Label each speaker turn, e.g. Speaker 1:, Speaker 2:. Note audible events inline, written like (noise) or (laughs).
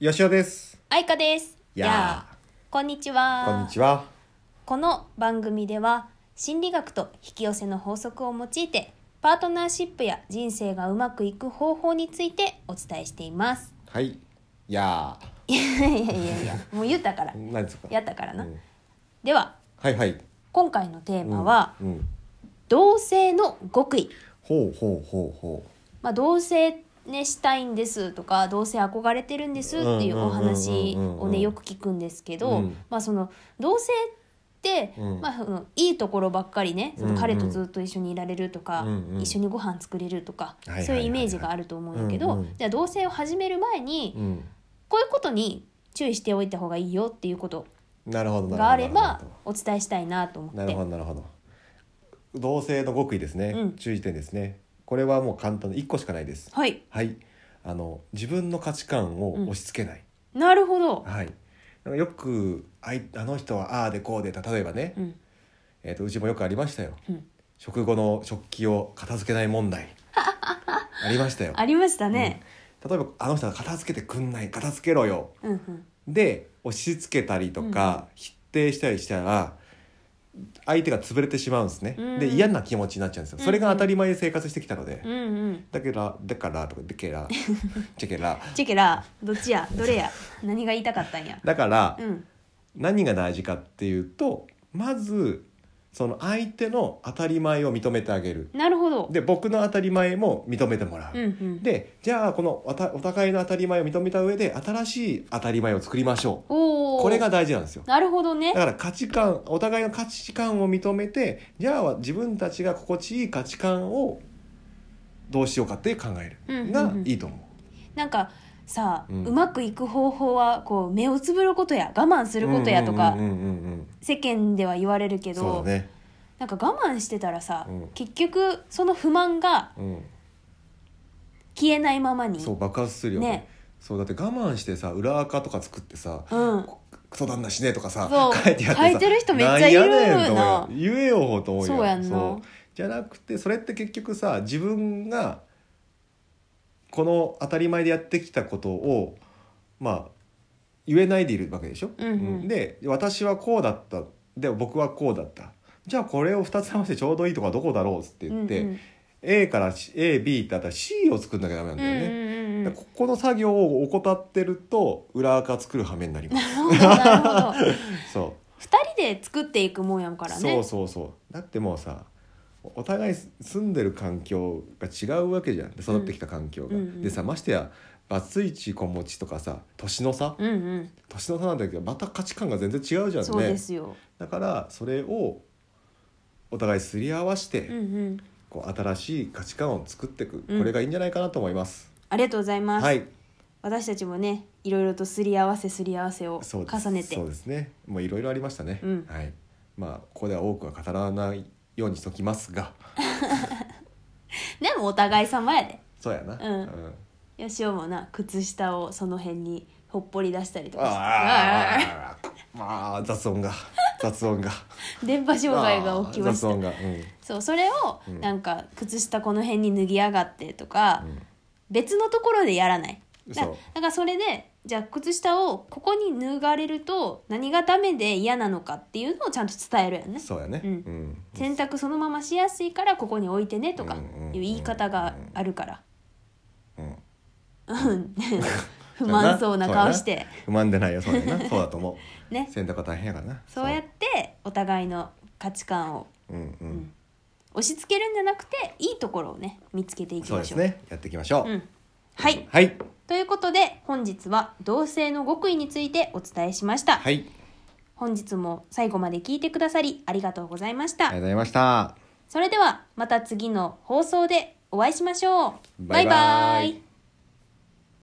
Speaker 1: よしおです。
Speaker 2: あいかです。
Speaker 1: やー
Speaker 2: ーこんにちは。
Speaker 1: こんにちは。
Speaker 2: この番組では心理学と引き寄せの法則を用いてパートナーシップや人生がうまくいく方法についてお伝えしています。
Speaker 1: はい。や
Speaker 2: いやいやいやいや、 (laughs) もう言ったから
Speaker 1: ー。、なんですか。
Speaker 2: やったからな。
Speaker 1: うん
Speaker 2: では
Speaker 1: はいはい。
Speaker 2: 今回のテーマは、
Speaker 1: うん。
Speaker 2: 同性の極意。
Speaker 1: ほうほうほうほ
Speaker 2: まあ同性ねしたいんですとか同性憧れてるんですっていうお話
Speaker 1: うんうんうんうんうん
Speaker 2: を
Speaker 1: うん
Speaker 2: ねよく聞くんですけど、
Speaker 1: うん
Speaker 2: まあその同性って、
Speaker 1: うん
Speaker 2: まあそのいいところばっかりねそ
Speaker 1: うんう
Speaker 2: の
Speaker 1: ん
Speaker 2: 彼とずっと一緒にいられるとか、
Speaker 1: うんうん
Speaker 2: 一緒にご飯作れるとか、
Speaker 1: はいはいはいはい
Speaker 2: そういうイメージがあると思うんだけど、
Speaker 1: うんうん
Speaker 2: じゃあ同性を始める前に、
Speaker 1: う。うん。
Speaker 2: こういうことに注意しておいた方がいいよっていうこと
Speaker 1: なるほど。なるほど
Speaker 2: があればお伝えしたいなと思
Speaker 1: な
Speaker 2: っ
Speaker 1: るほ
Speaker 2: て。
Speaker 1: どなるほど。同性の極意ですね、
Speaker 2: うん
Speaker 1: 注意点ですね。これはもう簡単で一個しかないです。
Speaker 2: はい、
Speaker 1: はい。あの自分の価値観を押し付けない。
Speaker 2: なるほど。
Speaker 1: はい。なんかよくあいあの人はああでこうで例えばね、
Speaker 2: うん、
Speaker 1: えっ、とうちもよくありましたよ。
Speaker 2: うん、
Speaker 1: 食後の食器を片付けない問
Speaker 2: (laughs)
Speaker 1: 題ありましたよ
Speaker 2: ありましたね。
Speaker 1: うん例えばあの人が片付けてくんない片付けろよ
Speaker 2: うん、うん、
Speaker 1: で押し付けたりとか、否定したりしたら相手が潰れてしまうんですね、
Speaker 2: うん
Speaker 1: で嫌な気持ちになっちゃうんですよそれが当たり前に生活してきたので、
Speaker 2: うん、うん。
Speaker 1: だけらだからとかだけ
Speaker 2: (laughs)
Speaker 1: らだけら
Speaker 2: チェケラどっちやどれや何が言いたかったんや
Speaker 1: だから、
Speaker 2: うん
Speaker 1: 何が大事かっていうとまずその相手の当たり前を認めてあげる
Speaker 2: なるほど
Speaker 1: で僕の当たり前も認めてもらう、
Speaker 2: うんうん
Speaker 1: でじゃあこのわたお互いの当たり前を認めた上で新しい当たり前を作りましょう
Speaker 2: おお
Speaker 1: これが大事なんですよ
Speaker 2: なるほどね
Speaker 1: だから価値観お互いの価値観を認めてじゃあ自分たちが心地いい価値観をどうしようかって考え
Speaker 2: うんうんう
Speaker 1: る
Speaker 2: ん
Speaker 1: がいいと思う,、
Speaker 2: なんかさ
Speaker 1: う
Speaker 2: あ、うんまくいく方法はこう目をつぶることや我慢することやとか、
Speaker 1: うんうんうんうん
Speaker 2: 世間では言われるけ
Speaker 1: そうだ
Speaker 2: ど、
Speaker 1: ね、
Speaker 2: なんか我慢してたらさ、
Speaker 1: うん
Speaker 2: 結局その不満が
Speaker 1: うん、
Speaker 2: 消えないままに
Speaker 1: そう爆発するよね
Speaker 2: ね
Speaker 1: そうだって我慢してさ裏垢とか作ってさ
Speaker 2: うん、
Speaker 1: クソ旦那死ねとかさ
Speaker 2: そう
Speaker 1: 書いてあってさ
Speaker 2: 書いてる人めっちゃいる
Speaker 1: なんやねんと思
Speaker 2: な
Speaker 1: うよ言えよと思うよ
Speaker 2: そうやんな
Speaker 1: そうじゃなくてそれって結局さ自分がこの当たり前でやってきたことをまあ言えないでいるわけでしょ、
Speaker 2: うんうん
Speaker 1: で私はこうだったで僕はこうだったじゃあこれを2つ合わせてちょうどいいとこはどこだろうっつって言って、
Speaker 2: うんうん
Speaker 1: A から AB ってあったら C を作んなきゃダメなんだよね、
Speaker 2: うんうんうんう
Speaker 1: で
Speaker 2: ん
Speaker 1: ここの作業を怠ってると裏垢作る羽目になり
Speaker 2: (laughs)
Speaker 1: ます。
Speaker 2: なるほど
Speaker 1: そ
Speaker 2: 二人で作っていくもんやん
Speaker 1: う、
Speaker 2: からね
Speaker 1: そうそうそう。だってもうさ、おお互いす住んでる環境が違うわけじゃん。育ってきた環境が。
Speaker 2: うんうん
Speaker 1: でさ、ましてやバツイチ子持ちとかさ、年の差、
Speaker 2: うんうん
Speaker 1: 年の差なんだけど、また価値観が全然違うじゃん
Speaker 2: そう
Speaker 1: ね
Speaker 2: で。すよ、
Speaker 1: だからそれをお互いすり合わせて、
Speaker 2: うんうん、
Speaker 1: こう新しい価値観を作っていく。
Speaker 2: うん
Speaker 1: これがいいんじゃないかなと思います。
Speaker 2: ありがとうございます、
Speaker 1: はい。
Speaker 2: 私たちもねいろいろとすり合わせすり合わせを
Speaker 1: そうです
Speaker 2: 重ねて
Speaker 1: そうですねもういろいろありましたね、
Speaker 2: うん
Speaker 1: はいまあここでは多くは語らないようにしときますが
Speaker 2: でもお互い様やで
Speaker 1: そうやな、
Speaker 2: うんよしおもな靴下をその辺にほっぽり出したりとかしてあー
Speaker 1: あーまあ雑音が雑
Speaker 2: (laughs)
Speaker 1: 音が
Speaker 2: 電波障害が起きま
Speaker 1: 雑
Speaker 2: した
Speaker 1: 音が、うん
Speaker 2: そうそれを
Speaker 1: うん
Speaker 2: なんか靴下この辺に脱ぎやがってとか、
Speaker 1: うん
Speaker 2: 別のところでやらないだだ
Speaker 1: そう
Speaker 2: からそれでじゃあ靴下をここに脱がれると何がダメで嫌なのかっていうのをちゃんと伝えるやんね
Speaker 1: そうやね、
Speaker 2: うん
Speaker 1: ん
Speaker 2: 洗濯そのまましやすいからここに置いてねとかいう言い方があるから
Speaker 1: うん (laughs)
Speaker 2: うん、不満そうな顔し
Speaker 1: そうや
Speaker 2: て
Speaker 1: な不満でないよそうやなそうだと思う
Speaker 2: (laughs) ね
Speaker 1: 洗濯は大変やからな
Speaker 2: そうやってお互いの価値観を
Speaker 1: そううんうん、
Speaker 2: 押し付けるんじゃなくていいところをね見つけていき
Speaker 1: そう
Speaker 2: ま
Speaker 1: で
Speaker 2: し
Speaker 1: す
Speaker 2: ょう。
Speaker 1: ねやっていきましょう、
Speaker 2: うん、はい
Speaker 1: はい
Speaker 2: ということで本日は同性の極意についてお伝えしました、
Speaker 1: はい
Speaker 2: 本日も最後まで聞いてくださりありがとうございまし
Speaker 1: ありが
Speaker 2: た、
Speaker 1: とうございました
Speaker 2: それではまた次の放送でお会いしましょう
Speaker 1: バイバイ
Speaker 2: バイバイ